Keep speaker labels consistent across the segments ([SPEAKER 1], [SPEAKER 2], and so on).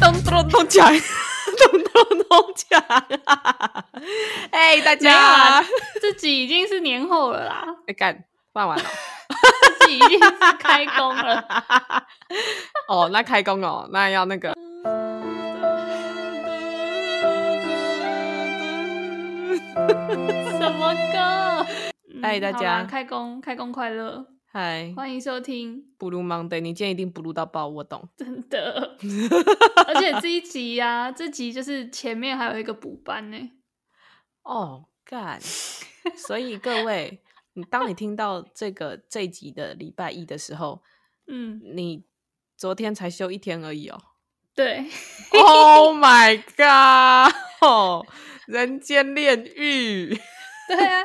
[SPEAKER 1] 弄起来， 咚咚咚起来啦！哎、大
[SPEAKER 2] 没有啊
[SPEAKER 1] 家，，
[SPEAKER 2] 自己已经是年后了啦，
[SPEAKER 1] 哎干，办完了
[SPEAKER 2] 自己已经是开工了。
[SPEAKER 1] 哦，那开工哦，那要那个。
[SPEAKER 2] 什么歌？嗯
[SPEAKER 1] 嗨大
[SPEAKER 2] 好
[SPEAKER 1] 家
[SPEAKER 2] 啦开工，开工快乐！
[SPEAKER 1] 嗨
[SPEAKER 2] 欢迎收听，
[SPEAKER 1] ，Blue Monday，你今天一定 Blue 到爆，我懂。
[SPEAKER 2] 真的。 而且这一集呀、啊， 这集就是前面还有一个补班呢。
[SPEAKER 1] 哦，干！所以各位，你当你听到这个这一集的礼拜一的时候，
[SPEAKER 2] 嗯，
[SPEAKER 1] 你昨天才休一天而已哦。
[SPEAKER 2] 对，
[SPEAKER 1] Oh my god！哦， 人间炼狱！
[SPEAKER 2] 对啊，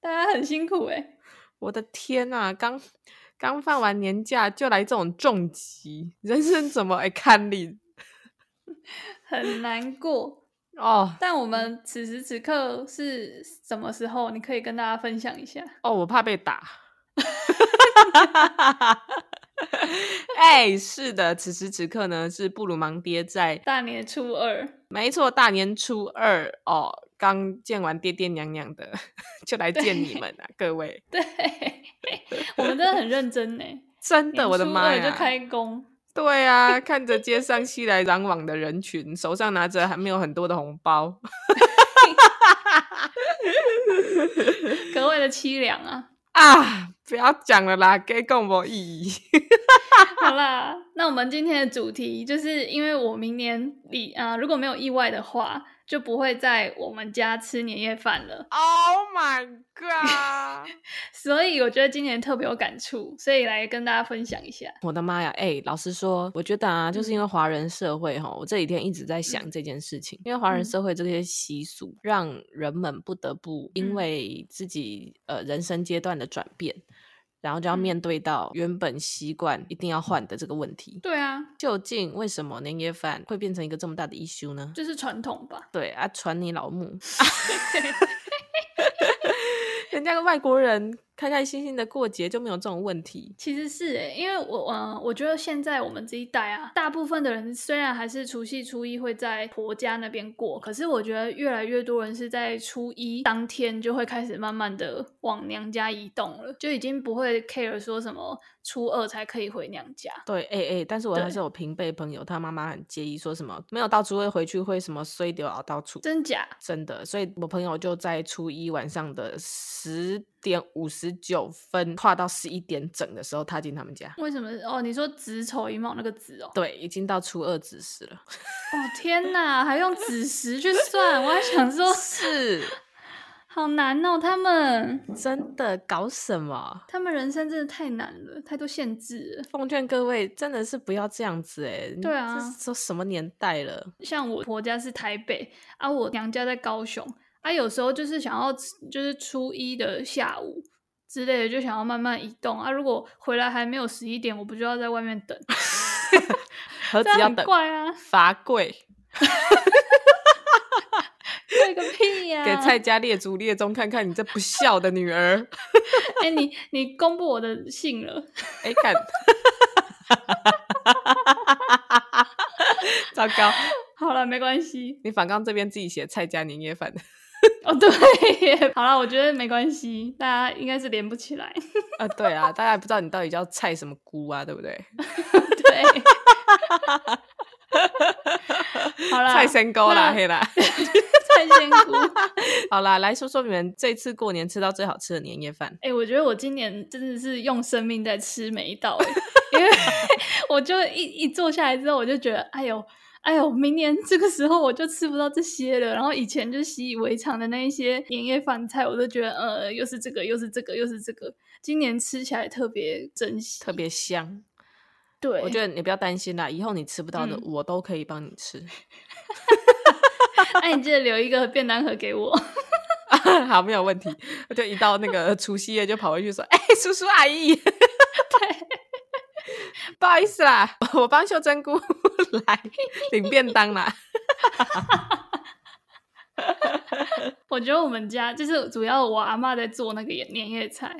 [SPEAKER 2] 大家很辛苦哎。
[SPEAKER 1] 我的天呐、刚刚放完年假就来这种重疾，人生怎么哎看你
[SPEAKER 2] 很难过，
[SPEAKER 1] 哦
[SPEAKER 2] 但我们此时此刻是什么时候？你可以跟大家分享一下。
[SPEAKER 1] 哦，我怕被打。 哎、是的，此时此刻呢，是布鲁芒爹在
[SPEAKER 2] 大年初二，
[SPEAKER 1] 没错，大年初二哦，刚见完爹爹娘娘的， 就来见你们啊，各位！
[SPEAKER 2] 对，我们真的很认真呢。
[SPEAKER 1] 真的，我的
[SPEAKER 2] 年初
[SPEAKER 1] 妈
[SPEAKER 2] 二就
[SPEAKER 1] 呀！
[SPEAKER 2] 开工，
[SPEAKER 1] 对啊，看着街上熙来攘往的人群，手上拿着还没有很多的红包，
[SPEAKER 2] 格外的凄凉啊！
[SPEAKER 1] 啊，不要讲了啦，给更没意义。
[SPEAKER 2] 好啦，那我们今天的主题就是因为我明年里啊、如果没有意外的话，就不会在我们家吃年夜饭了，
[SPEAKER 1] oh my god！
[SPEAKER 2] 所以我觉得今年特别有感触，所以来跟大家分享一下。
[SPEAKER 1] 我的妈呀，哎、老实说，我觉得啊，就是因为华人社会哈，我这几天一直在想
[SPEAKER 2] 嗯
[SPEAKER 1] 这件事情，因为华人
[SPEAKER 2] 嗯
[SPEAKER 1] 社会这些习俗，让人们不得不因
[SPEAKER 2] 嗯
[SPEAKER 1] 为自己呃人生阶段的转变，然后就要
[SPEAKER 2] 嗯
[SPEAKER 1] 面对到原本习惯一定要换的这个问题。
[SPEAKER 2] 对啊，
[SPEAKER 1] 究竟为什么年夜饭会变成一个这么大的 issue 呢？
[SPEAKER 2] 就是传统吧。
[SPEAKER 1] 对啊，传你老母。 人家个外国人开开心心的过节就没有这种问题。
[SPEAKER 2] 其实是诶、因为我嗯、呃我觉得现在我们这一代啊，大部分的人虽然还是除夕初一会在婆家那边过，可是我觉得越来越多人是在初一当天就会开始慢慢的往娘家移动了，就已经不会 care 说什么初二才可以回娘家。
[SPEAKER 1] 对，哎、哎、但是我还
[SPEAKER 2] 对
[SPEAKER 1] 是有平辈朋友，他妈妈很介意，说什么没有到初二回去会什么衰丢熬到处，
[SPEAKER 2] 真假？
[SPEAKER 1] 真的。所以我朋友就在初一晚上的十点五十九分跨到十一点整的时候踏进他们家。
[SPEAKER 2] 为什么？哦，你说子丑寅卯那个子哦？
[SPEAKER 1] 对，已经到初二子时了。
[SPEAKER 2] 哦天哪，还用子时去算？我还想说，
[SPEAKER 1] 是，
[SPEAKER 2] 好难哦，他们
[SPEAKER 1] 真的搞什么？
[SPEAKER 2] 他们人生真的太难了，太多限制了。
[SPEAKER 1] 奉劝各位，真的是不要这样子哎、你
[SPEAKER 2] 对
[SPEAKER 1] 这
[SPEAKER 2] 啊
[SPEAKER 1] 都什么年代了？
[SPEAKER 2] 像我婆家是台北啊，我娘家在高雄啊，有时候就是想要吃就是初一的下午之类的，就想要慢慢移动啊。如果回来还没有十一点，我不就要在外面等？
[SPEAKER 1] 何止
[SPEAKER 2] 这
[SPEAKER 1] 啊要
[SPEAKER 2] 样很
[SPEAKER 1] 等
[SPEAKER 2] 怪啊，
[SPEAKER 1] 罚跪，
[SPEAKER 2] 对个啊屁呀、
[SPEAKER 1] 给 蔡家列祖列宗看看你这不孝的女儿！
[SPEAKER 2] 哎、你你公布我的姓了，
[SPEAKER 1] 哎、看， 糟糕，
[SPEAKER 2] 好了，没关系。
[SPEAKER 1] 你反刚这边自己写蔡家年夜饭
[SPEAKER 2] 哦，对 耶，好了，我觉得没关系，大家应该是连不起来。
[SPEAKER 1] 啊？对啊，大家也不知道你到底叫蔡什么姑啊，对不对？
[SPEAKER 2] 对，好啦，
[SPEAKER 1] 蔡仙姑啦，
[SPEAKER 2] 那
[SPEAKER 1] 嘿啦。
[SPEAKER 2] 蔡仙姑。
[SPEAKER 1] 好啦，来说说你们这次过年吃到最好吃的年夜饭。
[SPEAKER 2] 哎、我觉得我今年真的是用生命在吃每一道、欸，因 为我就一一坐下来之后，我就觉得，哎呦，哎呦，明年这个时候我就吃不到这些了。然后以前就习以为常的那一些年夜饭菜，我都觉得，呃，又是这个，又是这个，又是这个。今年吃起来特别珍惜，
[SPEAKER 1] 特别香，
[SPEAKER 2] 对，
[SPEAKER 1] 我觉得你不要担心啦，以后你吃不到的，
[SPEAKER 2] 嗯
[SPEAKER 1] 我都可以帮你吃。
[SPEAKER 2] 得，哎、你记得留一个便当盒给我。
[SPEAKER 1] 好，没有问题。我就一到那个除夕夜就跑回去说：“哎、叔叔阿姨， 不好意思啦，我帮秀珍姑 来领便当啦。
[SPEAKER 2] 我觉得我们家就是主要我阿妈在做那个年年夜菜，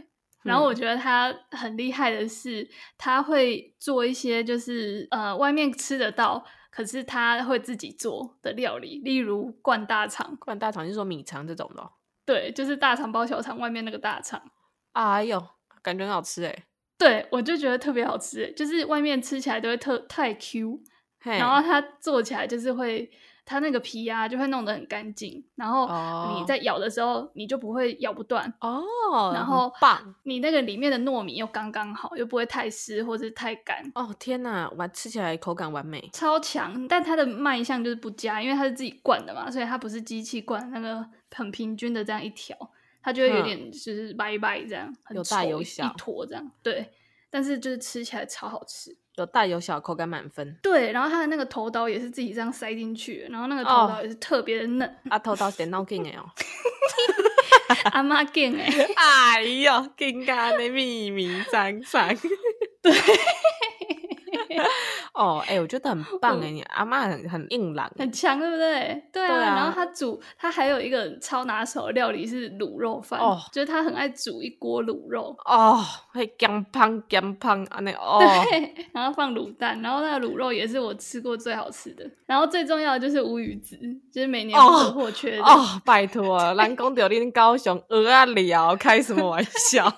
[SPEAKER 2] 然后我觉得她很厉害的是，她会做一些就是呃外面吃得到，可是他会自己做的料理，例如灌大肠，
[SPEAKER 1] 灌大肠就是说米肠这种的哦、
[SPEAKER 2] 对，就是大肠包小肠外面那个大肠。
[SPEAKER 1] 哎呦，感觉很好吃哎。
[SPEAKER 2] 对，我就觉得特别好吃，就是外面吃起来都会特太 Q，
[SPEAKER 1] 嘿
[SPEAKER 2] 然后它做起来就是会，它那个皮啊就会弄得很干净，然后
[SPEAKER 1] 哦
[SPEAKER 2] 你在咬的时候你就不会咬不断，
[SPEAKER 1] 哦，
[SPEAKER 2] 然
[SPEAKER 1] 很
[SPEAKER 2] 后
[SPEAKER 1] 棒
[SPEAKER 2] 你那个里面的糯米又刚刚好，又不会太湿或者太干，
[SPEAKER 1] 哦，天哪，完吃起来口感完美。
[SPEAKER 2] 超强。但它的卖相就是不佳，因为它是自己灌的嘛，所以它不是机器灌那个很平均的这样一条，它就会有
[SPEAKER 1] 嗯
[SPEAKER 2] 点就是掰掰这样，很
[SPEAKER 1] 有大
[SPEAKER 2] 丑
[SPEAKER 1] 有
[SPEAKER 2] 一
[SPEAKER 1] 小
[SPEAKER 2] 一坨这样。对，但是就是吃起来超好吃。
[SPEAKER 1] 有大有小，口感满分。
[SPEAKER 2] 对，然后它的那个头刀也是自己这样塞进去，然后那个头
[SPEAKER 1] 哦
[SPEAKER 2] 刀也是特别的嫩，
[SPEAKER 1] 啊，头到点脑筋的哦。
[SPEAKER 2] 阿妈劲哎，
[SPEAKER 1] 哎呦，更加的秘密张张。对。 哦，哎、我觉得很棒哎，你阿妈很很硬朗
[SPEAKER 2] 很强，对不对？对啊，
[SPEAKER 1] 对啊
[SPEAKER 2] 然后他煮，他还有一个超拿手的料理是卤肉饭，
[SPEAKER 1] 哦
[SPEAKER 2] 就是他很爱煮一锅卤肉，
[SPEAKER 1] 哦，会姜胖姜胖安尼哦，
[SPEAKER 2] 对，然后放卤蛋，然后那个卤肉也是我吃过最好吃的，然后最重要的就是乌鱼子，就是每年不可
[SPEAKER 1] 哦
[SPEAKER 2] 或缺的。
[SPEAKER 1] 哦，拜托，咱讲到恁高雄鹅啊聊，开什么玩笑？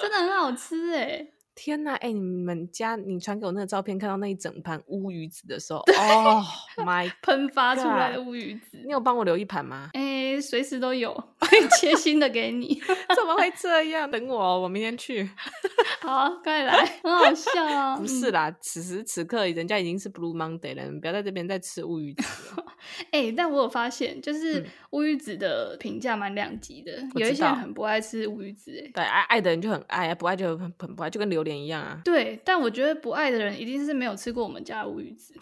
[SPEAKER 2] 真的很好吃哎！
[SPEAKER 1] 天呐，哎、你们家你传给我那个照片，看到那一整盘乌鱼子的时候，哦 my，
[SPEAKER 2] 喷发出来的
[SPEAKER 1] God
[SPEAKER 2] 乌鱼子，？
[SPEAKER 1] 你有帮我留一盘吗
[SPEAKER 2] 哎，随时都有， 会切新的给你。
[SPEAKER 1] 怎么会这样？等我哦，我明天去。
[SPEAKER 2] 好，快来，很好笑 啊！
[SPEAKER 1] 不
[SPEAKER 2] 嗯
[SPEAKER 1] 是啦，此时此刻人家已经是 Blue Monday 了，你不要在这边再吃乌鱼子了。
[SPEAKER 2] 哎、但我有发现，就是
[SPEAKER 1] 嗯
[SPEAKER 2] 乌鱼子的评价蛮两极的，
[SPEAKER 1] 我
[SPEAKER 2] 有一
[SPEAKER 1] 知
[SPEAKER 2] 些人
[SPEAKER 1] 道
[SPEAKER 2] 很不爱吃乌鱼子、哎，
[SPEAKER 1] 对，爱爱的人就很爱，啊不爱就很很不爱，就跟榴莲一样啊。
[SPEAKER 2] 对，但我觉得不爱的人一定是没有吃过我们家的乌鱼子。乌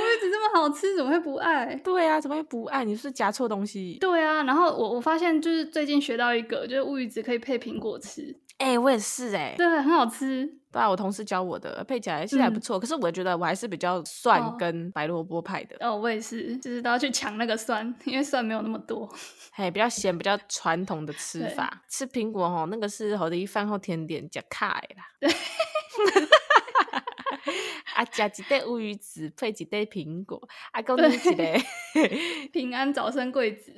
[SPEAKER 2] 鱼子这么好吃，怎么会不爱？
[SPEAKER 1] 对啊，怎么会不爱？你是不是夹错东西？
[SPEAKER 2] 对啊，然后我我发现就是最近学到一个，就是乌鱼子可以配苹果吃，
[SPEAKER 1] 哎、我也是哎、
[SPEAKER 2] 对，很好吃。
[SPEAKER 1] 对啊，我同事教我的，配起来其实还不
[SPEAKER 2] 嗯
[SPEAKER 1] 错。可是我觉得我还是比较蒜
[SPEAKER 2] 哦
[SPEAKER 1] 跟白萝卜派的，
[SPEAKER 2] 哦，我也是，就是都要去抢那个酸，因为蒜没有那么多。
[SPEAKER 1] 嘿，比较咸，比较传统的吃
[SPEAKER 2] 对
[SPEAKER 1] 法。吃苹果吼，那个是好的一饭后甜点，加卡的啦。 啊，加几袋乌鱼子，配几袋苹果，啊，够你几袋。
[SPEAKER 2] 平安早生贵子，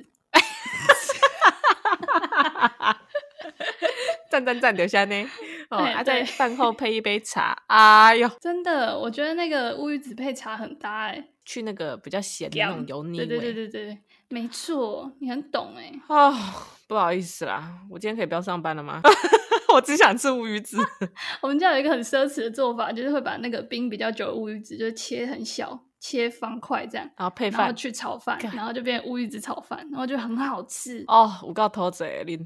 [SPEAKER 1] 赞赞赞，留下 呢。哦，
[SPEAKER 2] 哎
[SPEAKER 1] 啊，
[SPEAKER 2] 对
[SPEAKER 1] 在饭后配一杯茶。 哎呦，
[SPEAKER 2] 真的，我觉得那个乌鱼子配茶很搭哎、
[SPEAKER 1] 去那个比较咸的那种油腻味。
[SPEAKER 2] 对对对对对，没错，你很懂哎、
[SPEAKER 1] 哦，不好意思啦，我今天可以不要上班了 吗？我只想吃乌鱼 子。
[SPEAKER 2] 我们家有一个很奢侈的做法，就是会把那个冰比较久的乌鱼子就切很小，切方块这样，
[SPEAKER 1] 然后配
[SPEAKER 2] 然后
[SPEAKER 1] 饭。
[SPEAKER 2] 去炒饭，
[SPEAKER 1] 干
[SPEAKER 2] 然后就变乌鱼子炒饭，然后就很好吃。
[SPEAKER 1] 哦，有够偷嘴恁。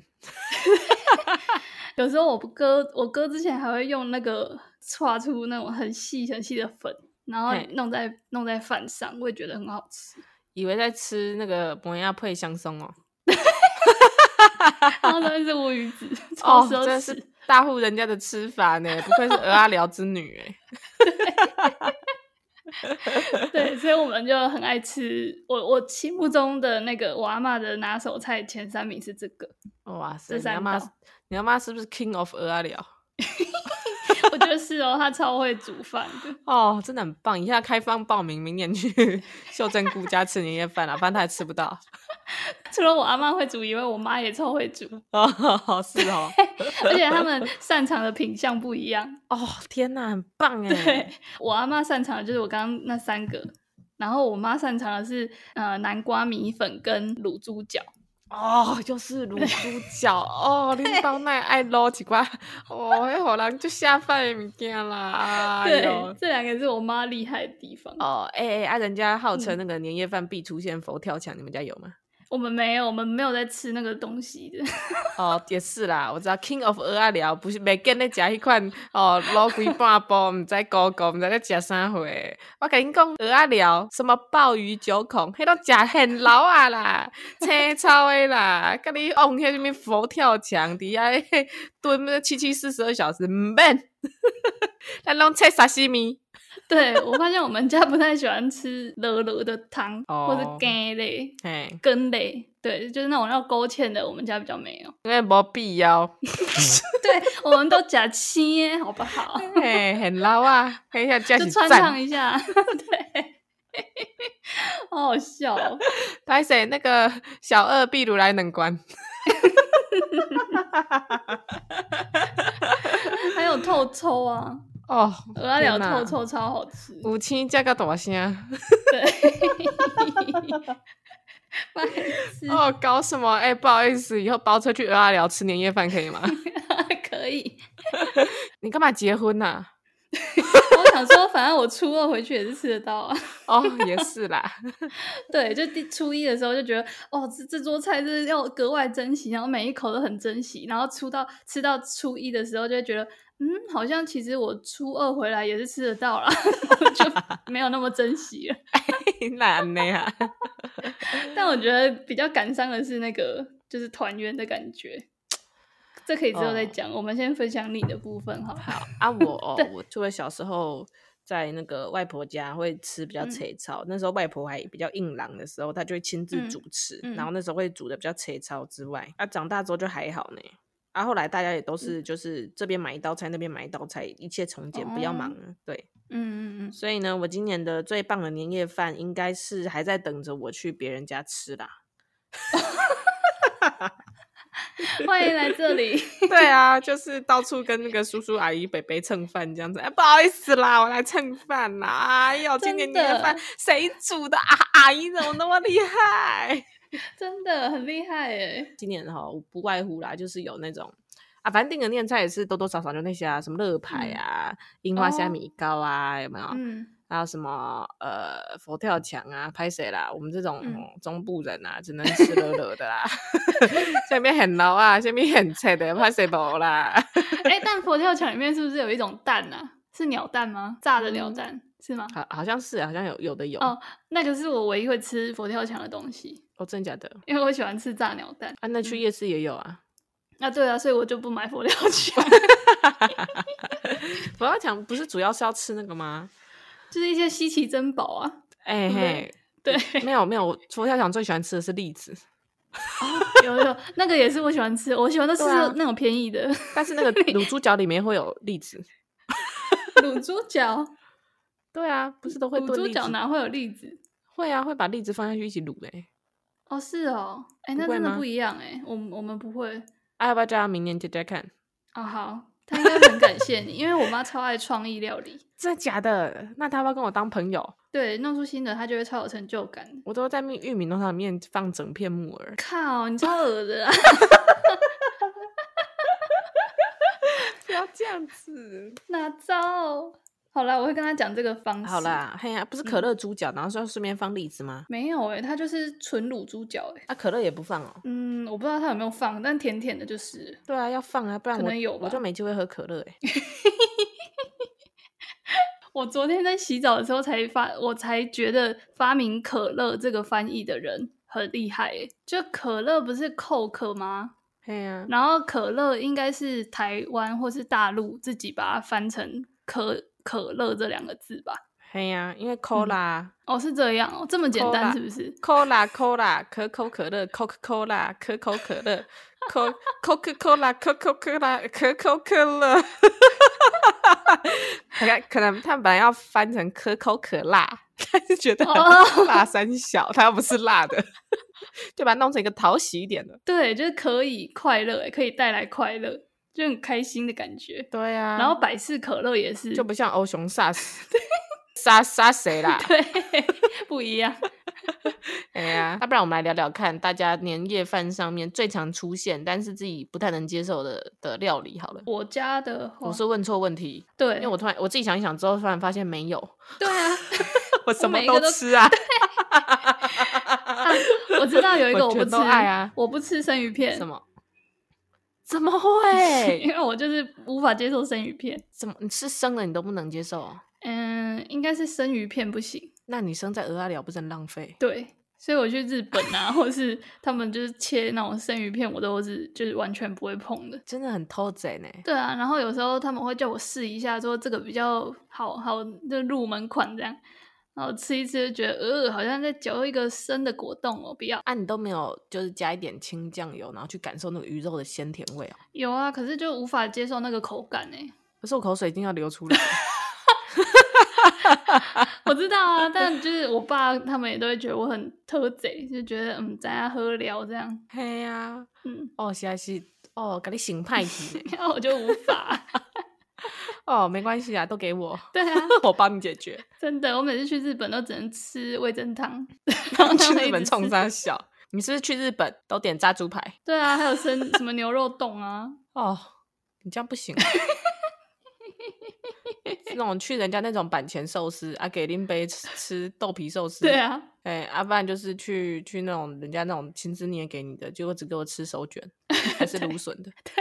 [SPEAKER 2] 有时候我哥我哥之前还会用那个搓出那种很细很细的粉，然后
[SPEAKER 1] 嘿
[SPEAKER 2] 弄在弄在饭上，我也觉得很好吃。
[SPEAKER 1] 以为在吃那个摩亚配香松哦，
[SPEAKER 2] 然后真的是乌鱼 子，超
[SPEAKER 1] 哦，
[SPEAKER 2] 奢
[SPEAKER 1] 真的
[SPEAKER 2] 侈。
[SPEAKER 1] 是大户人家的吃法呢，不愧是鹅阿寮之女 哎。
[SPEAKER 2] 对，所以我们就很爱吃。我我心目中的那个我阿嬷的拿手菜前三名是这个，
[SPEAKER 1] 哇塞，
[SPEAKER 2] 这
[SPEAKER 1] 你
[SPEAKER 2] 三
[SPEAKER 1] 阿妈
[SPEAKER 2] 道，
[SPEAKER 1] 你阿妈是不是 King of 鹅阿寮？
[SPEAKER 2] 我觉得是哦，她超会煮饭的。
[SPEAKER 1] 哦，真的很棒！以下开放报名，明年去 秀珍姑家吃年夜饭啦，反正她也吃不到。
[SPEAKER 2] 除了我阿嬷会煮以外，我妈也超会煮，
[SPEAKER 1] 哦，是哦，
[SPEAKER 2] 而且他们擅长的品相不一样。
[SPEAKER 1] 哦，天哪，很棒
[SPEAKER 2] 对
[SPEAKER 1] 哎！
[SPEAKER 2] 我阿嬷擅长的就是我刚刚那三个，然后我妈擅长的是呃南瓜米粉跟卤猪脚。
[SPEAKER 1] 哦，就是卤猪脚哦，恁包奶爱捞几瓜，哦，迄互人就下饭的物件啦，哎
[SPEAKER 2] 对
[SPEAKER 1] 呦，。
[SPEAKER 2] 这两个是我妈厉害的地方。
[SPEAKER 1] 哦，哎、哎、啊，人家号称那个年夜饭必出现佛跳墙，你们家有吗？
[SPEAKER 2] 我们没有，我们没有在吃那个东西的。
[SPEAKER 1] 哦，也是啦，我知道 King of 鹅啊聊，不是没跟咧食迄款哦，老鬼半包，毋知高高，毋知咧食啥货。我甲恁讲，鹅啊聊什么鲍鱼九孔，迄都食很老啊啦，青草的啦，甲你往迄物佛跳墙底下蹲七七四十二小时，毋免，咱拢切沙西米。
[SPEAKER 2] 对我发现我们家不太喜欢吃热热的汤，或
[SPEAKER 1] 哦
[SPEAKER 2] 者干类、
[SPEAKER 1] 嘿，
[SPEAKER 2] 羹类，对，就是那种要勾芡的，我们家比较没有。
[SPEAKER 1] 因为无必要，
[SPEAKER 2] 对，我们都假青耶，好不好？
[SPEAKER 1] 嘿，很老啊，嘿，遐真
[SPEAKER 2] 就是穿插
[SPEAKER 1] 赞。
[SPEAKER 2] 一下， 对，好好笑哦、
[SPEAKER 1] 歹势，那个小二壁如来两罐，
[SPEAKER 2] 还有透抽啊，
[SPEAKER 1] 哦，
[SPEAKER 2] 鹅阿寮
[SPEAKER 1] 天哪
[SPEAKER 2] 透抽超好吃。
[SPEAKER 1] 有青加个大声。
[SPEAKER 2] 对，白痴，啊
[SPEAKER 1] 哦，搞什么？哎、不好意思，以后包车去鹅阿寮吃年夜饭可以吗？
[SPEAKER 2] 可以。
[SPEAKER 1] 你干嘛结婚啊呐、
[SPEAKER 2] 我想说，反正我初二回去也是吃得到啊。
[SPEAKER 1] 哦，也是啦，
[SPEAKER 2] 对，就第初一的时候就觉得，哦，这这桌菜真的要格外珍惜，然后每一口都很珍惜。然后初到吃到初一的时候，就会觉得，嗯，好像其实我初二回来也是吃得到啦， 我就没有那么珍惜了。
[SPEAKER 1] 难的呀。
[SPEAKER 2] 但我觉得比较感伤的是那个就是团圆的感觉，这可以之后再
[SPEAKER 1] 哦
[SPEAKER 2] 讲。我们先分享你的部分好了。
[SPEAKER 1] 好啊，我、哦、我就会小时候在那个外婆家会吃比较
[SPEAKER 2] 嗯
[SPEAKER 1] 脆糙，那时候外婆还比较硬朗的时候，她就会亲自
[SPEAKER 2] 嗯
[SPEAKER 1] 主持，
[SPEAKER 2] 嗯
[SPEAKER 1] 然后那时候会煮的比较脆糙之外，啊，长大之后就还好呢。啊，后来大家也都
[SPEAKER 2] 嗯
[SPEAKER 1] 是就是这边买一道菜，那边买一道菜，一切从简，不要
[SPEAKER 2] 哦
[SPEAKER 1] 忙了。对，
[SPEAKER 2] 嗯嗯嗯，
[SPEAKER 1] 所以呢，我今年的最棒的年夜饭应该是还在等着我去别人家吃啦。
[SPEAKER 2] 嗯欢迎来 这里。
[SPEAKER 1] 对啊，就是到处跟那个叔叔阿姨、伯伯蹭饭这样子。哎，不好意思啦，我来蹭饭啦。哎呦，今年
[SPEAKER 2] 真
[SPEAKER 1] 年夜饭
[SPEAKER 2] 的
[SPEAKER 1] 谁煮的啊？阿姨怎么那么厉害？
[SPEAKER 2] 真的很厉害哎！
[SPEAKER 1] 今年哈，不外乎啦，就是有那种。啊，反正订的年菜也是多多少少就那些啊，什么乐牌
[SPEAKER 2] 嗯
[SPEAKER 1] 啊、樱花虾
[SPEAKER 2] 哦
[SPEAKER 1] 米糕啊，有没有？
[SPEAKER 2] 嗯，
[SPEAKER 1] 还有什么呃佛跳墙啊、拍谁啦，我们这种、
[SPEAKER 2] 嗯
[SPEAKER 1] 哦中部人啊，只能吃乐乐的啦。 下面很老啊，下面很菜的拍谁无啦。
[SPEAKER 2] 哎、但佛跳墙里面是不是有一种蛋啊？是鸟蛋吗？炸的鸟蛋、
[SPEAKER 1] 嗯
[SPEAKER 2] 是吗？
[SPEAKER 1] 好，好像是，好像有有的有。
[SPEAKER 2] 哦那个是我唯一会吃佛跳墙的东西，
[SPEAKER 1] 哦，真的假的？
[SPEAKER 2] 因为我喜欢吃炸鸟蛋。
[SPEAKER 1] 啊，那去夜市也有啊。
[SPEAKER 2] 啊，对啊，所以我就不买佛跳墙，
[SPEAKER 1] 佛跳墙不是主要是要吃那个吗？
[SPEAKER 2] 就是一些稀奇珍宝啊。
[SPEAKER 1] 哎、
[SPEAKER 2] 不
[SPEAKER 1] 嘿
[SPEAKER 2] 对， 对，
[SPEAKER 1] 没有没有，我佛跳墙最喜欢吃的是栗子，
[SPEAKER 2] 有有，那个也是我喜欢吃，我喜欢都吃
[SPEAKER 1] 对啊
[SPEAKER 2] 那种便宜的
[SPEAKER 1] 但是那个卤猪脚里面会有栗子。
[SPEAKER 2] 卤猪脚，
[SPEAKER 1] 对啊，不是都会
[SPEAKER 2] 卤
[SPEAKER 1] 炖
[SPEAKER 2] 猪
[SPEAKER 1] 栗子
[SPEAKER 2] 脚？哪会有栗子？
[SPEAKER 1] 会啊，会把栗子放下去一起卤哎、
[SPEAKER 2] 哦，是哦，哎、那
[SPEAKER 1] 不会
[SPEAKER 2] 真的
[SPEAKER 1] 吗
[SPEAKER 2] 不一样哎，我们我们不会。
[SPEAKER 1] 啊，要不要叫他明年加加看？
[SPEAKER 2] 哦，好，他应该会很感谢你，因为我妈超爱创意料理，
[SPEAKER 1] 真的假的？那他要不要跟我当朋友？
[SPEAKER 2] 对，弄出新的她就会超有成就感的。
[SPEAKER 1] 我都在玉玉米浓汤里面放整片木耳，
[SPEAKER 2] 靠，你超恶的啊！
[SPEAKER 1] 不要这样子。
[SPEAKER 2] 哪招？好啦，我会跟她讲这个方式。
[SPEAKER 1] 好，啦，嘿呀、不是可乐猪脚，然后说顺便放栗子吗？
[SPEAKER 2] 没有哎、她就是纯卤猪脚哎、
[SPEAKER 1] 啊，可乐也不放哦。
[SPEAKER 2] 嗯，我不知道她有没有放，但甜甜的就是了。
[SPEAKER 1] 对啊，要放啊，不然
[SPEAKER 2] 可
[SPEAKER 1] 我
[SPEAKER 2] 能有
[SPEAKER 1] 我就
[SPEAKER 2] 吧
[SPEAKER 1] 没机会喝可乐哎、
[SPEAKER 2] 我昨天在洗澡的时候才发，我才觉得发明可乐这个翻译的人很厉害哎、就可乐不是 Coke 吗？
[SPEAKER 1] 嘿呀、
[SPEAKER 2] 然后可乐应该是台湾或是大陆自己把它翻成可可乐这两个字吧？
[SPEAKER 1] 嘿呀、因为 cola、
[SPEAKER 2] 哦，是这样哦，这么简单
[SPEAKER 1] Cola
[SPEAKER 2] 是不是？
[SPEAKER 1] cola cola 可口可乐 coca cola 可口可乐 co coca cola 可口可乐可口可乐，可能可能他们本来要翻成可口可辣，但是觉得
[SPEAKER 2] 哦
[SPEAKER 1] 很辣三小，它又不是辣的， 就把它弄成一个讨喜一点的。
[SPEAKER 2] 对，就是可以快乐，欸可以带来快乐，就很开心的感觉。
[SPEAKER 1] 对呀、
[SPEAKER 2] 然后百事可乐也是，
[SPEAKER 1] 啊就不像欧熊 SARS 杀杀谁啦？
[SPEAKER 2] 对， 不一样。
[SPEAKER 1] 哎呀，那不然我们来聊聊看，大家年夜饭上面最常出现，但是自己不太能接受的的料理好了。
[SPEAKER 2] 我家的话，
[SPEAKER 1] 我是问错问题，
[SPEAKER 2] 对，
[SPEAKER 1] 因为我突然我自己想一想之后，突然发现 没有，
[SPEAKER 2] 对啊，
[SPEAKER 1] 我什么
[SPEAKER 2] 每一
[SPEAKER 1] 都
[SPEAKER 2] 个都
[SPEAKER 1] 吃啊。
[SPEAKER 2] 我知道有一个
[SPEAKER 1] 我
[SPEAKER 2] 我不
[SPEAKER 1] 全
[SPEAKER 2] 吃
[SPEAKER 1] 都爱啊
[SPEAKER 2] 我不吃生鱼片，
[SPEAKER 1] 什？么？怎么
[SPEAKER 2] 因
[SPEAKER 1] 会？
[SPEAKER 2] 为我就是无法接受生鱼片。
[SPEAKER 1] 怎么你吃生的你都不能接受、哦？
[SPEAKER 2] 嗯，应该是生鱼片不行。
[SPEAKER 1] 那你生在鹅阿寮不是很浪费？
[SPEAKER 2] 对，所以我去日本啊， 或是他们就是切那种生鱼片，我都是就是完全不会碰的。
[SPEAKER 1] 真的很偷贼呢。
[SPEAKER 2] 对啊，然后有时候他们会叫我试一下，说这个比较好好就入门款这样，然后吃一吃就觉得呃，好像在嚼一个生的果冻哦，不要。
[SPEAKER 1] 啊，你都没有就是加一点清酱油，然后去感受那个鱼肉的鲜甜味哦。
[SPEAKER 2] 有啊，可是就无法接受那个口感哎、
[SPEAKER 1] 可是我口水已经要流出 来了。
[SPEAKER 2] 我知道啊，但就是我爸他们也都会觉得我很偷贼，就觉得嗯，咱家喝聊这样，
[SPEAKER 1] 嘿呀、
[SPEAKER 2] 嗯，
[SPEAKER 1] 哦，实在是哦，给你醒派去 呢
[SPEAKER 2] 然后我就无法。
[SPEAKER 1] 哦，没关系啊，都给我，
[SPEAKER 2] 对啊，
[SPEAKER 1] 我帮你解决。
[SPEAKER 2] 真的，我每次去日本都只能吃味噌汤，然
[SPEAKER 1] 然
[SPEAKER 2] 后
[SPEAKER 1] 后
[SPEAKER 2] 他
[SPEAKER 1] 去
[SPEAKER 2] 们一
[SPEAKER 1] 日本
[SPEAKER 2] 直
[SPEAKER 1] 冲
[SPEAKER 2] 吃
[SPEAKER 1] 山小，你是不是去日本都点炸猪排？
[SPEAKER 2] 对啊，还有生什么牛肉冻 啊，
[SPEAKER 1] 哦，你这样不行啊。那种去人家那种板前寿司啊，给林杯吃吃豆皮寿司，
[SPEAKER 2] 对，啊，
[SPEAKER 1] 哎、啊，不然就是去去那种人家那种亲自捏给你的，结果只给我吃手卷，还是芦笋的，
[SPEAKER 2] 对，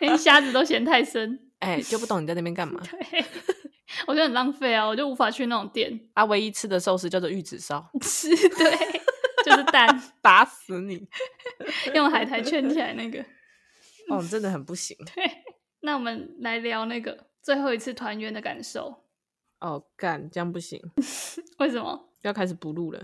[SPEAKER 2] 连虾子都嫌太深，
[SPEAKER 1] 哎、就不懂你在那边干嘛。
[SPEAKER 2] 对，我觉得很浪费啊，我就无法去那种店
[SPEAKER 1] 啊，唯一吃的寿司叫做玉子烧，
[SPEAKER 2] 吃，对，就是蛋
[SPEAKER 1] 打死你！
[SPEAKER 2] 用海 苔圈起来那个。
[SPEAKER 1] 哦，真的很不行。
[SPEAKER 2] 那我们来聊那个最后一次团圆的感受，
[SPEAKER 1] 哦，干，这样不行，
[SPEAKER 2] 为什么？
[SPEAKER 1] 要开始不录了，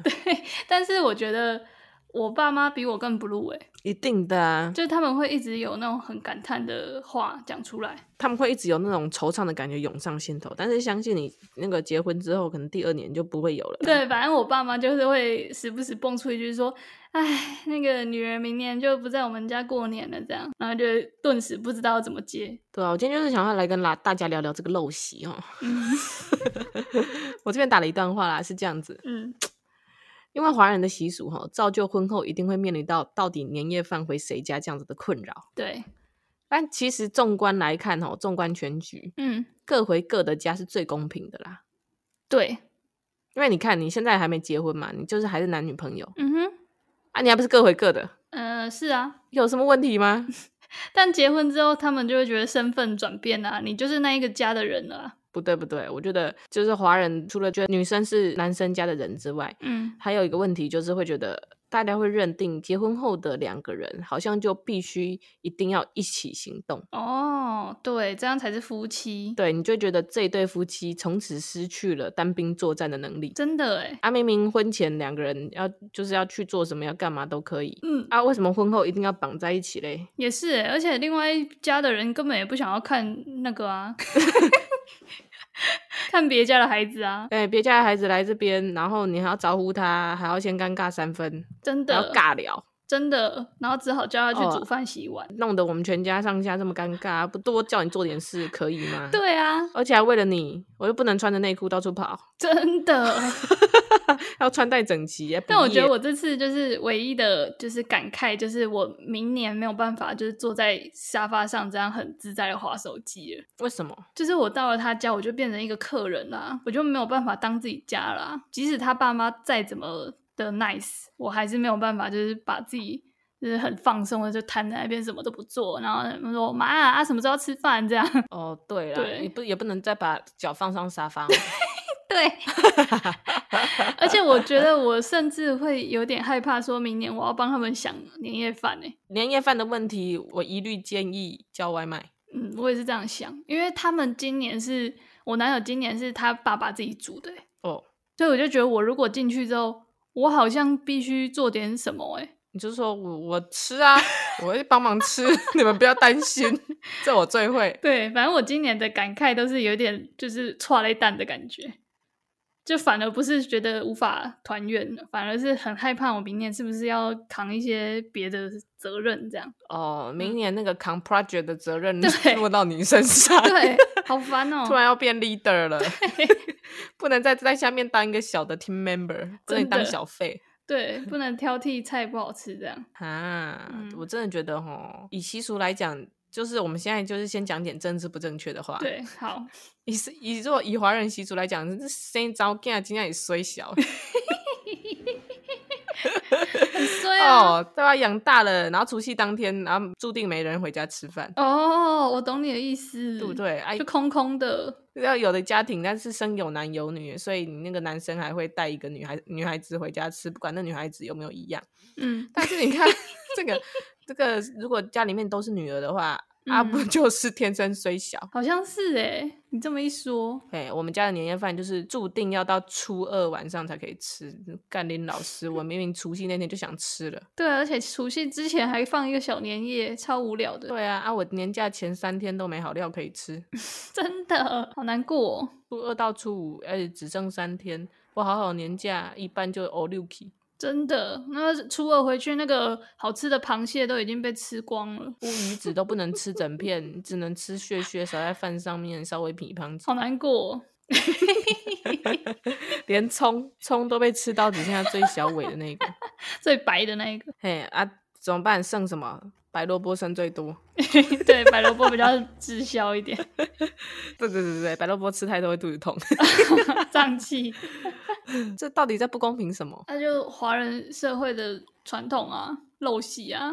[SPEAKER 2] 但是我觉得我爸妈比我更不入哎、
[SPEAKER 1] 一定的啊，
[SPEAKER 2] 就是他们会一直有那种很感叹的话讲出来。
[SPEAKER 1] 他们会一直有那种惆怅的感觉涌上心头，但是相信你那个结婚之后，可能第二年就不会有了。，
[SPEAKER 2] 对，反正我爸妈就是会时不时蹦出一句说：“哎，那个女儿明年就不在我们家过年了。”这样，然后就顿时不知道怎么接。
[SPEAKER 1] 对啊，我今天就是想要来跟啦大家聊聊这个陋习哦。
[SPEAKER 2] 嗯
[SPEAKER 1] 我这边打了一段话啦，是这样子，
[SPEAKER 2] 嗯，
[SPEAKER 1] 因为华人的习俗哈、哦，造就婚后一定会面临到到底年夜饭回谁家这样子的困扰。
[SPEAKER 2] 对，
[SPEAKER 1] 但其实纵观来看哦，纵观全局，
[SPEAKER 2] 嗯
[SPEAKER 1] 各回各的家是最公平的啦。
[SPEAKER 2] 对，
[SPEAKER 1] 因为你看，你现在还没结婚嘛，你就是还是男女朋友
[SPEAKER 2] 嗯哼，
[SPEAKER 1] 啊，你还不是各回各的，
[SPEAKER 2] 呃，是啊。
[SPEAKER 1] 有什么问题吗？
[SPEAKER 2] 但结婚之后，他们就会觉得身份转变啊，你就是那一个家的人了啊、
[SPEAKER 1] 不对不对，我觉得就是华人除了觉得女生是男生家的人之外，
[SPEAKER 2] 嗯，
[SPEAKER 1] 还有一个问题就是会觉得大家会认定结婚后的两个人好像就必须一定要一起行动，
[SPEAKER 2] 哦，对，这样才是夫妻。
[SPEAKER 1] 对你就会觉得这一对夫妻从此失去了单兵作战的能力。
[SPEAKER 2] 真的哎，
[SPEAKER 1] 啊，明明婚前两个人要就是要去做什么要干嘛都可以，
[SPEAKER 2] 嗯，
[SPEAKER 1] 啊，为什么婚后一定要绑在一起嘞？
[SPEAKER 2] 也是欸，而且另外一家的人根本也不想要看那个 啊，看别家的孩子啊，
[SPEAKER 1] 哎，别家的孩子来这边，然后你还要招呼他，还要先尴尬三分，
[SPEAKER 2] 真
[SPEAKER 1] 还要
[SPEAKER 2] 的，
[SPEAKER 1] 尬聊，
[SPEAKER 2] 真的，然后只好叫他去
[SPEAKER 1] 哦
[SPEAKER 2] 煮饭洗碗。
[SPEAKER 1] 弄得我们全家上下这么尴尬，不多叫你做点事可以吗？
[SPEAKER 2] 对啊，
[SPEAKER 1] 而且还为了你，我又不能穿着内裤到处跑，
[SPEAKER 2] 真的。
[SPEAKER 1] 还 要穿戴整齐。还不
[SPEAKER 2] 但我觉得
[SPEAKER 1] 夜
[SPEAKER 2] 我这次就是唯一的，就是感慨，就是我明年没有办法，就是坐在沙发上这样很自在的划手机了。
[SPEAKER 1] 为什么？
[SPEAKER 2] 就是我到了他家，我就变成一个客人啦，我就没有办法当自己家啦。即使他爸妈再怎么的 nice，我还是没有办法，就是把自己就是很放松的就瘫在那边，什么都不做，然后他们说妈啊，什么时候要吃饭这样。
[SPEAKER 1] 哦，对啦，
[SPEAKER 2] 对
[SPEAKER 1] 你不也不能再把脚放上沙发嘛。
[SPEAKER 2] 对， 而且我觉得我甚至会有点害怕，说明年我要帮他们想年夜饭呢、欸
[SPEAKER 1] 年夜饭的问题，我一律建议叫外卖。
[SPEAKER 2] 嗯，我也是这样想，因为他们今年是我男友，今年是他爸爸自己煮的欸、
[SPEAKER 1] 哦，
[SPEAKER 2] 所以我就觉得，我如果进去之后，我好像必须做点什么、欸，
[SPEAKER 1] 你就说我我吃啊， 我会帮忙吃， 你们不要担 心，这我最会。
[SPEAKER 2] 对，反正我今年的感慨都是有点就是错了一蛋的感觉，就反而不是觉得无法团圆了，反而是很害怕我明年是不是要扛一些别的责任，这样
[SPEAKER 1] 哦，明年那个扛 project 的责任
[SPEAKER 2] 对
[SPEAKER 1] 落到你身 上。
[SPEAKER 2] 对，好烦哦、
[SPEAKER 1] 突然要变 leader 了， 不能再在下面当一个小的 team member，不
[SPEAKER 2] 真
[SPEAKER 1] 能当
[SPEAKER 2] 的
[SPEAKER 1] 小费
[SPEAKER 2] 对，不能挑剔菜不好吃这样，
[SPEAKER 1] 啊！
[SPEAKER 2] 嗯
[SPEAKER 1] 我真的觉得哈，以习俗来讲，就是我们现在就是先讲点政治不正确的话。，
[SPEAKER 2] 对，好，
[SPEAKER 1] 以是以如果以华人习俗来讲，这生糟囝今天也衰小，
[SPEAKER 2] 所以对啊，
[SPEAKER 1] 哦，对吧？养大了，然后除夕当天，然后注定没人回家吃饭，
[SPEAKER 2] 哦，我懂你的意思，
[SPEAKER 1] 对不？对？哎、
[SPEAKER 2] 就空空的，
[SPEAKER 1] 要有的家庭，但是生有男有女，所以你那个男生还会带一个女孩女孩子回家吃，不管那女孩子有没有一样。
[SPEAKER 2] 嗯，
[SPEAKER 1] 但是你看这个这个，如果家里面都是女儿的话，啊，不
[SPEAKER 2] 嗯
[SPEAKER 1] 就是天生虽小？
[SPEAKER 2] 好像是哎、你这么一说，
[SPEAKER 1] 哎，我们家的年夜饭就是注定要到初二晚上才可以吃。干林老师，我明明除夕那天就想吃了。
[SPEAKER 2] 对啊，而且除夕之前还放一个小年夜，超无聊的，
[SPEAKER 1] 对啊，啊，我年假前三天都没好料可以吃，
[SPEAKER 2] 真的好难过、哦，
[SPEAKER 1] 初二到初五，而且只剩三天，我好好年假一般就哦六 k
[SPEAKER 2] 真的。那初二回去，那个好吃的螃蟹都已经被吃光了，
[SPEAKER 1] 乌鱼子都不能吃整片，只能吃屑屑，撒在饭上面，稍微品尝。
[SPEAKER 2] 好难过、哦。
[SPEAKER 1] 连葱葱都被吃到只剩下最小尾的那个。
[SPEAKER 2] 最白的那一个，
[SPEAKER 1] 嘿啊，怎么办？剩什么？白萝卜剩最多。
[SPEAKER 2] 对，白萝卜比较滞销一点，
[SPEAKER 1] 对对对对，白萝卜吃太多会肚子痛。
[SPEAKER 2] 胀气。
[SPEAKER 1] 这到底在不公平什么？
[SPEAKER 2] 那就华人社会的传统啊，陋习啊，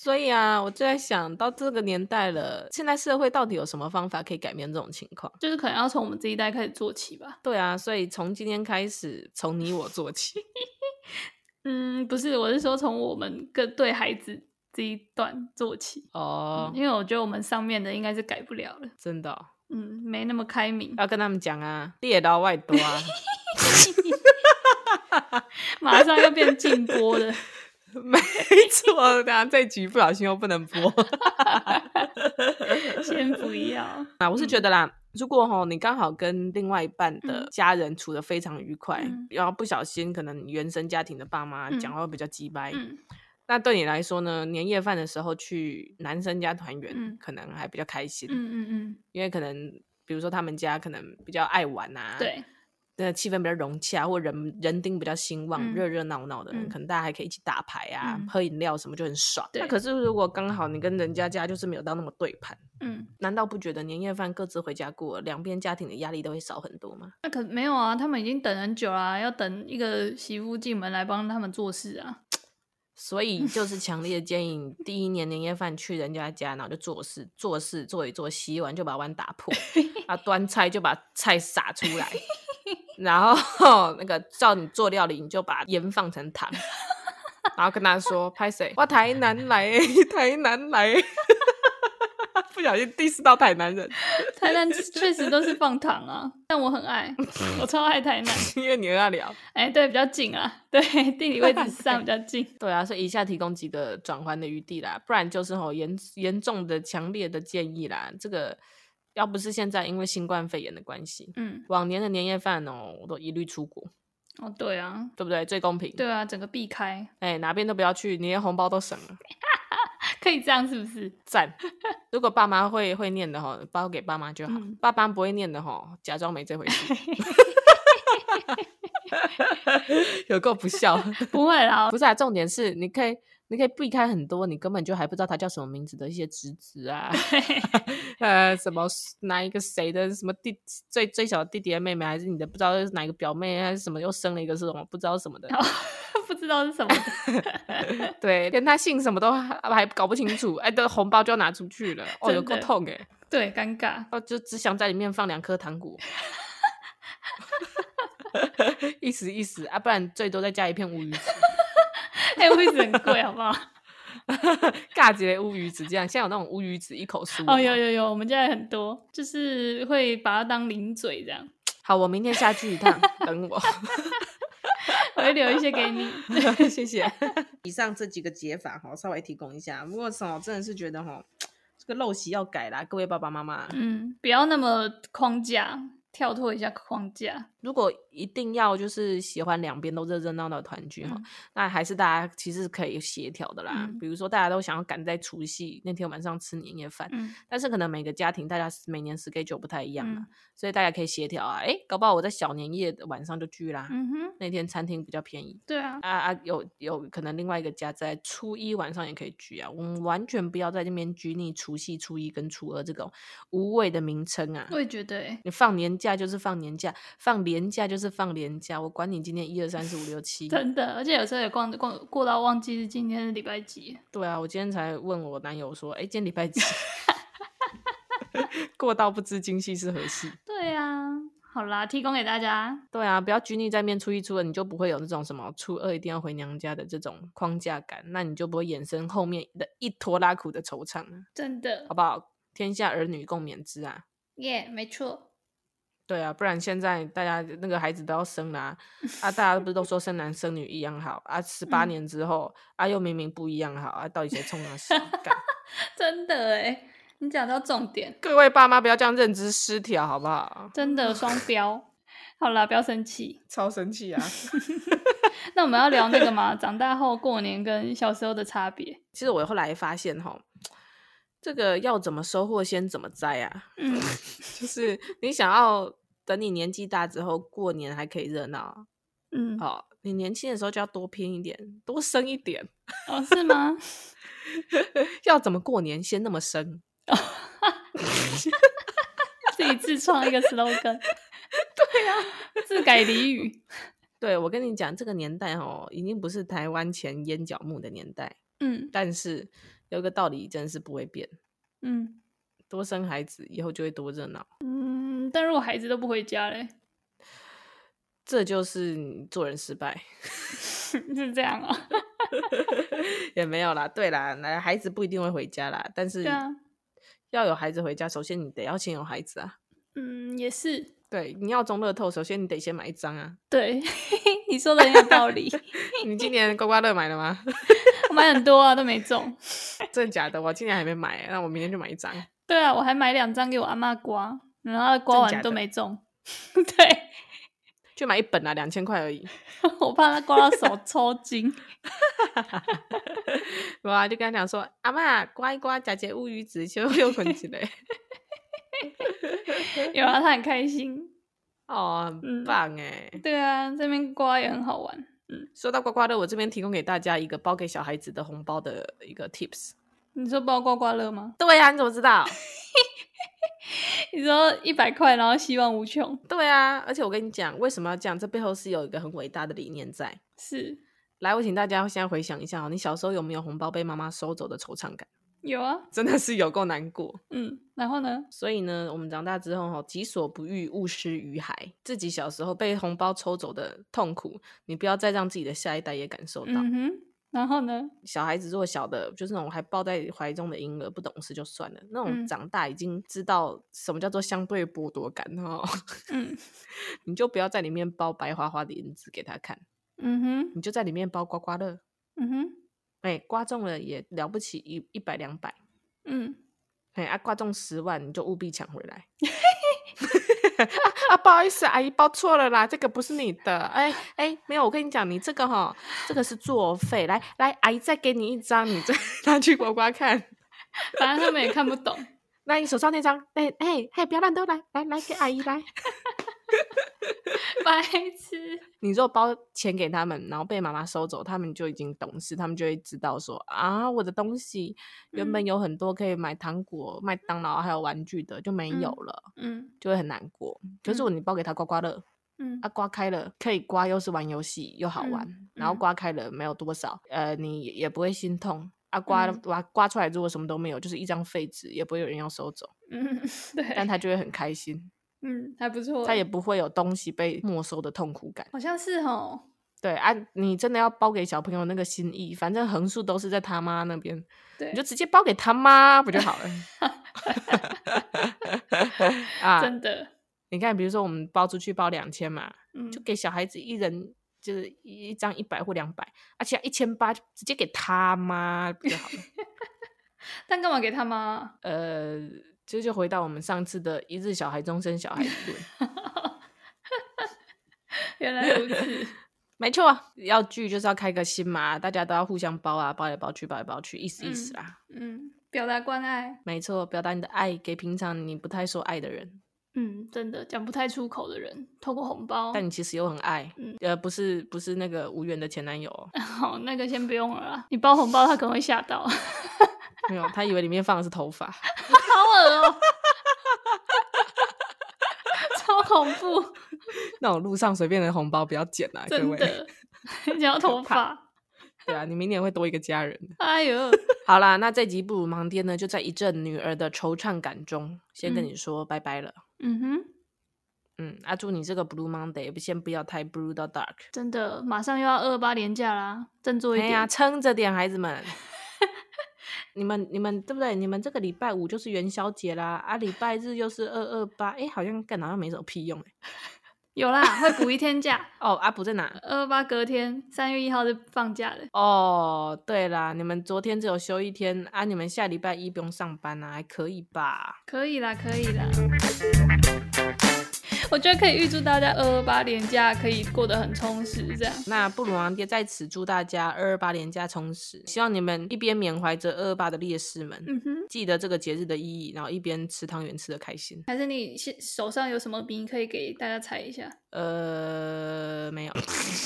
[SPEAKER 1] 所以啊，我就在想到这个年代了，现在社会到底有什么方法可以改变这种情况？
[SPEAKER 2] 就是可能要从我们这一代开始做起吧。
[SPEAKER 1] 对啊，所以从今天开始，从你我做起。
[SPEAKER 2] 嗯，不是，我是说从我们跟对孩子这一段做起，嗯
[SPEAKER 1] 哦，
[SPEAKER 2] 因为我觉得我们上面的应该是改不了了。
[SPEAKER 1] 真的哦、
[SPEAKER 2] 嗯，没那么开明，
[SPEAKER 1] 要跟他们讲啊，列到外多 啊，
[SPEAKER 2] 马上要变禁播的。
[SPEAKER 1] 没错，等下这局不小心又不能播。
[SPEAKER 2] 先不 要。
[SPEAKER 1] 啊，我是觉得啦，如果吼你刚好跟另外一半的
[SPEAKER 2] 嗯
[SPEAKER 1] 家人处得非常愉快，
[SPEAKER 2] 嗯
[SPEAKER 1] 然后不小心可能原生家庭的爸妈
[SPEAKER 2] 嗯
[SPEAKER 1] 讲话会比较鸡掰，
[SPEAKER 2] 嗯，
[SPEAKER 1] 那对你来说呢，年夜饭的时候去男生家团圆，
[SPEAKER 2] 嗯
[SPEAKER 1] 可能还比较开心，
[SPEAKER 2] 嗯嗯嗯，
[SPEAKER 1] 因为可能比如说他们家可能比较爱玩啊，，
[SPEAKER 2] 对，
[SPEAKER 1] 那气氛比较融洽，或人人丁比较兴旺，
[SPEAKER 2] 嗯
[SPEAKER 1] 热热闹闹的人，
[SPEAKER 2] 嗯
[SPEAKER 1] 可能大家还可以一起打牌啊，
[SPEAKER 2] 嗯
[SPEAKER 1] 喝饮料什么就很爽。那
[SPEAKER 2] 对
[SPEAKER 1] 可是如果刚好你跟人家家就是没有到那么对盘。
[SPEAKER 2] 嗯，
[SPEAKER 1] 难道不觉得年夜饭各自回家过，两边家庭的压力都会少很多吗？
[SPEAKER 2] 那可没有啊，他们已经等很久啦、要等一个媳妇进门来帮他们做事啊。
[SPEAKER 1] 所以就是强烈建议，你第一年年夜饭去人家家，然后就做事，做事做一做，洗碗就把碗打破，啊，端菜就把菜撒出来， 然后那个照你做料理，你就把盐放成糖，然后跟他说拍谁，我台南来欸，台南来 欸，不小心 diss 到台南人，
[SPEAKER 2] 台南确实都是放糖啊，但我很 爱，我超爱台南。
[SPEAKER 1] 因为你跟他聊。
[SPEAKER 2] 哎、对，比较近啊，对，地理位置上
[SPEAKER 1] 对
[SPEAKER 2] 比较近。
[SPEAKER 1] 对啊，所以以下提供几个转换的余地啦，不然就是吼严严重的、强烈的建议啦。这个要不是现在因为新冠肺炎的关系，
[SPEAKER 2] 嗯，
[SPEAKER 1] 往年的年夜饭哦，我都一律出国，
[SPEAKER 2] 哦，对啊，
[SPEAKER 1] 对不对？最公平。
[SPEAKER 2] 对啊，整个避开，
[SPEAKER 1] 哎，哪边都不要去，你连红包都省了，
[SPEAKER 2] 可以这样是不是？
[SPEAKER 1] 赞！如果爸妈会会念的吼，包给爸妈就好；
[SPEAKER 2] 嗯
[SPEAKER 1] 爸妈不会念的吼，假装没这回 事。 有够不孝。
[SPEAKER 2] 不会啦，
[SPEAKER 1] 不是啊，重点是你可以，你可以避开很多你根本就还不知道他叫什么名字的一些侄子啊， 呃，什么哪一个谁的什么弟最最小的弟弟的妹妹，还是你的不知道是哪一个表妹，还是什么又生了一个是什么不知道什么的，
[SPEAKER 2] 哦不知道是什么。
[SPEAKER 1] 对，连他姓什么都还还搞不清楚，哎，的红包就要拿出去了，哦，有够
[SPEAKER 2] 真的
[SPEAKER 1] 痛哎、
[SPEAKER 2] 对，尴尬。
[SPEAKER 1] 哦，就只想在里面放两颗糖果。意思意思啊，不然最多再加一片乌鱼子，
[SPEAKER 2] 哎、位置很贵，好不好？
[SPEAKER 1] 尬起来乌鱼子这样，像有那种乌鱼子一口酥
[SPEAKER 2] 哦，
[SPEAKER 1] 吗
[SPEAKER 2] 有有有，我们家也很多，就是会把它当零嘴这样，
[SPEAKER 1] 好，我明天下去一趟，等 我。
[SPEAKER 2] 我会留一些 给你。
[SPEAKER 1] 谢谢。 以上这几个解法哈，稍微提供一下。不过哦，真的是觉得哈，这个陋习要改啦，各位爸爸妈妈。
[SPEAKER 2] 嗯，不要那么框架，跳脱一下框架。
[SPEAKER 1] 如果一定要就是喜欢两边都热热闹闹的团聚哈，
[SPEAKER 2] 嗯
[SPEAKER 1] 那还是大家其实是可以协调的啦。
[SPEAKER 2] 嗯
[SPEAKER 1] 比如说大家都想要赶在除夕那天晚上吃年夜饭，
[SPEAKER 2] 嗯
[SPEAKER 1] 但是可能每个家庭大家每年 schedule 不太一样啦，
[SPEAKER 2] 嗯
[SPEAKER 1] 所以大家可以协调啊。诶，搞不好我在小年夜的晚上就聚啦，
[SPEAKER 2] 嗯哼，
[SPEAKER 1] 那天餐厅比较便宜。
[SPEAKER 2] 对啊，
[SPEAKER 1] 啊啊，有有可能另外一个家在初一晚上也可以聚啊，我们完全不要在那边拘泥除夕、初一跟初二这种无谓的名称啊。
[SPEAKER 2] 我也觉得、欸，
[SPEAKER 1] 你放年假就是放年假，放廉价就是放廉价，我管你今天一二三四五六七。
[SPEAKER 2] 真的，而且有时候也逛逛过到忘记是今天是礼拜几。
[SPEAKER 1] 对啊，我今天才问我男友说，哎、今天礼拜几？过到不知今夕是何夕。
[SPEAKER 2] 对啊，好啦，提供给大家。
[SPEAKER 1] 对啊，不要拘泥在面初一初二，你就不会有那种什么初二一定要回娘家的这种框架感，那你就不会衍生后面的一拖拉苦的惆怅啊了，
[SPEAKER 2] 真的
[SPEAKER 1] 好，不好？天下儿女共勉之啊！
[SPEAKER 2] 耶、没错。
[SPEAKER 1] 对啊，不然现在大家那个孩子都要生啦、啊，大家不是都说生男生女一样好啊？十八
[SPEAKER 2] 嗯
[SPEAKER 1] 年之后、啊，又明明不一样好啊？到底谁冲啊谁 干？
[SPEAKER 2] 真的哎，你讲到重点，
[SPEAKER 1] 各位爸妈不要这样认知失调，好不好？
[SPEAKER 2] 真的双标。好啦，不要生气。
[SPEAKER 1] 超生气啊！
[SPEAKER 2] 那我们要聊那个嘛，长大后过年跟小时候的差别。
[SPEAKER 1] 其实我后来发现哈，这个要怎么收获先怎么摘啊，
[SPEAKER 2] 嗯，
[SPEAKER 1] 就是你想要等你年纪大之后过年还可以热闹，
[SPEAKER 2] 嗯，
[SPEAKER 1] 哦，你年轻的时候就要多拼一点，多生一点，
[SPEAKER 2] 哦，是吗？
[SPEAKER 1] 要怎么过年先那么生。
[SPEAKER 2] 自己自创一个 slogan。对啊呀、自改俚语。
[SPEAKER 1] 对，我跟你讲，这个年代哦，已经不是台湾前烟角木的年代，
[SPEAKER 2] 嗯
[SPEAKER 1] 但是有一个道理真是不会变，
[SPEAKER 2] 嗯
[SPEAKER 1] 多生孩子以后就会多热闹，
[SPEAKER 2] 嗯，但如果孩子都不回家嘞，
[SPEAKER 1] 这就是你做人失败。
[SPEAKER 2] 是这样啊？
[SPEAKER 1] 也没有啦，对啦，那孩子不一定会回家啦，但是
[SPEAKER 2] 对啊，
[SPEAKER 1] 要有孩子回家，首先你得要先有孩子啊。
[SPEAKER 2] 嗯，也是。
[SPEAKER 1] 对，你要中乐透，首先你得先买一张啊。
[SPEAKER 2] 对， 你说的很有道 理。
[SPEAKER 1] 你今年刮刮乐买了吗？
[SPEAKER 2] 我买很多啊，都没中。
[SPEAKER 1] 真的假的？我今年还没买，那我明天就买一张。
[SPEAKER 2] 对啊，我还买两张给我阿妈刮，然后她刮
[SPEAKER 1] 真
[SPEAKER 2] 完
[SPEAKER 1] 假
[SPEAKER 2] 都
[SPEAKER 1] 的
[SPEAKER 2] 没中。 对，
[SPEAKER 1] 就买一本啊，两千块而已。
[SPEAKER 2] 我怕她刮到手抽 筋。
[SPEAKER 1] 我啊，就跟他讲说，阿妈刮一刮，假节乌鱼子，就又捆起来。
[SPEAKER 2] 有啊，她很开心。
[SPEAKER 1] 哦，很
[SPEAKER 2] 嗯
[SPEAKER 1] 棒哎、
[SPEAKER 2] 对啊，这边刮也很好玩。
[SPEAKER 1] 说到刮刮乐，我这边提供给大家一个包给小孩子的红包的一个 tips。
[SPEAKER 2] 你说包刮刮乐吗？
[SPEAKER 1] 对啊，你怎么知道？
[SPEAKER 2] 你说一百块，然后希望无穷，
[SPEAKER 1] 对啊，而且我跟你讲，为什么要这样？这背后是有一个很伟大的理念在。
[SPEAKER 2] 是
[SPEAKER 1] 来，我请大家现在回想一下哦，你小时候有没有红包被妈妈收走的惆怅感？
[SPEAKER 2] 有啊，
[SPEAKER 1] 真的是有够难过。
[SPEAKER 2] 嗯，然后呢？
[SPEAKER 1] 所以呢，我们长大之后哈，己所不欲，勿施于孩。自己小时候被红包抽走的痛苦，你不要再让自己的下一代也感受到。
[SPEAKER 2] 嗯哼，然后呢？
[SPEAKER 1] 小孩子如果小的，就是那种还抱在怀中的婴儿，不懂事就算了。那种
[SPEAKER 2] 嗯
[SPEAKER 1] 长大已经知道什么叫做相对剥夺感哦，
[SPEAKER 2] 嗯
[SPEAKER 1] 你就不要在里面包白花花的银子给他看，
[SPEAKER 2] 嗯哼
[SPEAKER 1] 你就在里面包刮刮乐。
[SPEAKER 2] 嗯哼
[SPEAKER 1] 哎，刮中了也了不起一一百两百，
[SPEAKER 2] 嗯，
[SPEAKER 1] 哎啊，刮中十万你就务必抢回 来。啊啊，不好意思，阿姨包错了啦，这个不是你的。哎哎，没有，我跟你讲，你这个哈，这个是作废。来来，阿姨再给你一张，你再 拿去刮刮看。
[SPEAKER 2] 反正他们也看不懂。
[SPEAKER 1] 那你手上那张，哎哎哎，不要乱丢，来来来，给阿姨来。
[SPEAKER 2] 白痴，
[SPEAKER 1] 你如果包钱给他们，然后被妈妈收走，他们就已经懂事，他们就会知道说啊，我的东西原本
[SPEAKER 2] 嗯
[SPEAKER 1] 有很多可以买糖果、麦当劳还有玩具的，就没有
[SPEAKER 2] 嗯
[SPEAKER 1] 了。
[SPEAKER 2] 嗯
[SPEAKER 1] 就会很难过。可是如果你包给他刮刮乐，
[SPEAKER 2] 嗯
[SPEAKER 1] 啊，刮开了可以刮，又是玩游戏又好
[SPEAKER 2] 嗯
[SPEAKER 1] 玩，然后
[SPEAKER 2] 嗯
[SPEAKER 1] 刮开了没有多少，呃，你也也不会心痛。啊刮，
[SPEAKER 2] 嗯
[SPEAKER 1] 刮刮出来如果什么都没有，就是一张废纸，也不会有人要收走，
[SPEAKER 2] 嗯，
[SPEAKER 1] 但
[SPEAKER 2] 对，
[SPEAKER 1] 他就会很开心，
[SPEAKER 2] 嗯，还不错，
[SPEAKER 1] 他也不会有东西被没收的痛苦感。
[SPEAKER 2] 好像是哦，
[SPEAKER 1] 对啊，你真的要包给小朋友那个心意，反正横竖都是在他妈那边，
[SPEAKER 2] 对
[SPEAKER 1] 你就，直接包给他妈不就好 了？啊，
[SPEAKER 2] 真的，
[SPEAKER 1] 你看，比如说我们包出去包两千嘛，
[SPEAKER 2] 嗯，
[SPEAKER 1] 就给小孩子一人就是一一张一百或两百，而且一千八直接给他妈不就好了？
[SPEAKER 2] 但干嘛给他妈？
[SPEAKER 1] 呃，这就回到我们上次的一日小孩终身小孩理论，
[SPEAKER 2] 原来如此，
[SPEAKER 1] 没错啊，要聚就是要开个心嘛，大家都要互相包啊，包来包去，包来包去，意思意思
[SPEAKER 2] 嗯
[SPEAKER 1] 啦。
[SPEAKER 2] 嗯，表达关爱，
[SPEAKER 1] 没错，表达你的爱给平常你不太说爱的人，
[SPEAKER 2] 嗯，真的讲不太出口的人，透过红包，
[SPEAKER 1] 但你其实又很爱。
[SPEAKER 2] 嗯
[SPEAKER 1] 呃，不是不是那个无缘的前男友哦，
[SPEAKER 2] 好，那个先不用了啦，你包红包他可能会吓到，好
[SPEAKER 1] 没有，他以为里面放的是头发。
[SPEAKER 2] 恶哦、超恐怖，
[SPEAKER 1] 那种路上随便的红包不要捡啊， 各
[SPEAKER 2] 真
[SPEAKER 1] 位。
[SPEAKER 2] 的 剪到头发，
[SPEAKER 1] 对啊，你明年会多一个家人。
[SPEAKER 2] 哎呦，
[SPEAKER 1] 好啦，那这集《布鲁盲爹》呢，就在一阵女儿的惆怅感中，先跟你说拜拜了。
[SPEAKER 2] 嗯哼，
[SPEAKER 1] 嗯，阿、祝你这个 Blue Monday 先不要太 blue 到 dark。
[SPEAKER 2] 真的，马上又要二八年假啦，振作一
[SPEAKER 1] 哎
[SPEAKER 2] 点。
[SPEAKER 1] 呀，撑着点，孩子们。 你们你们对不对？你们这个礼拜五就是元宵节啦，啊，礼拜日又是二二八，哎，好像干好像没什么屁用哎、
[SPEAKER 2] 有啦，会补一天假，
[SPEAKER 1] 哦，阿、不在哪？
[SPEAKER 2] 二八隔天三月一号是放假的。
[SPEAKER 1] 哦，对啦，你们昨天只有休一天啊，你们下礼拜一不用上班啊，还可以吧？
[SPEAKER 2] 可以啦，可以啦。我觉得可以预祝大家二二八连假可以过得很充实，这样。
[SPEAKER 1] 那布鲁王爹在此祝大家二二八连假充实，希望你们一边缅怀着二二八的烈士们，
[SPEAKER 2] 嗯哼，
[SPEAKER 1] 记得这个节日的意义，然后一边吃汤圆吃的开心。
[SPEAKER 2] 还是你现手上有什么笔可以给大家猜一下？
[SPEAKER 1] 呃，没有，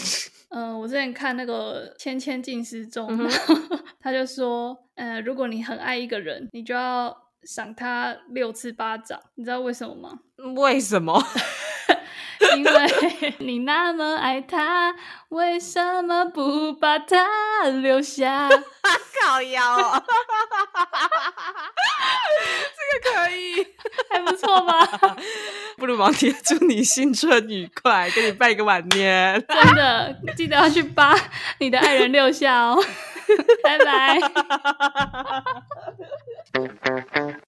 [SPEAKER 2] 嗯、我之前看那个《千千进失踪
[SPEAKER 1] 嗯》
[SPEAKER 2] 他就说，呃，如果你很爱一个人，你就要赏他六次巴掌，你知道为什么吗？
[SPEAKER 1] 为什么？
[SPEAKER 2] 因为你那么爱他，为什么不把他留下？
[SPEAKER 1] 靠腰、哦， 这个可以。
[SPEAKER 2] 还不错吧？
[SPEAKER 1] 布鲁王爹，祝你新春愉快，给你拜个晚年。
[SPEAKER 2] 真的，记得 要去扒你的爱人六下哦。拜拜。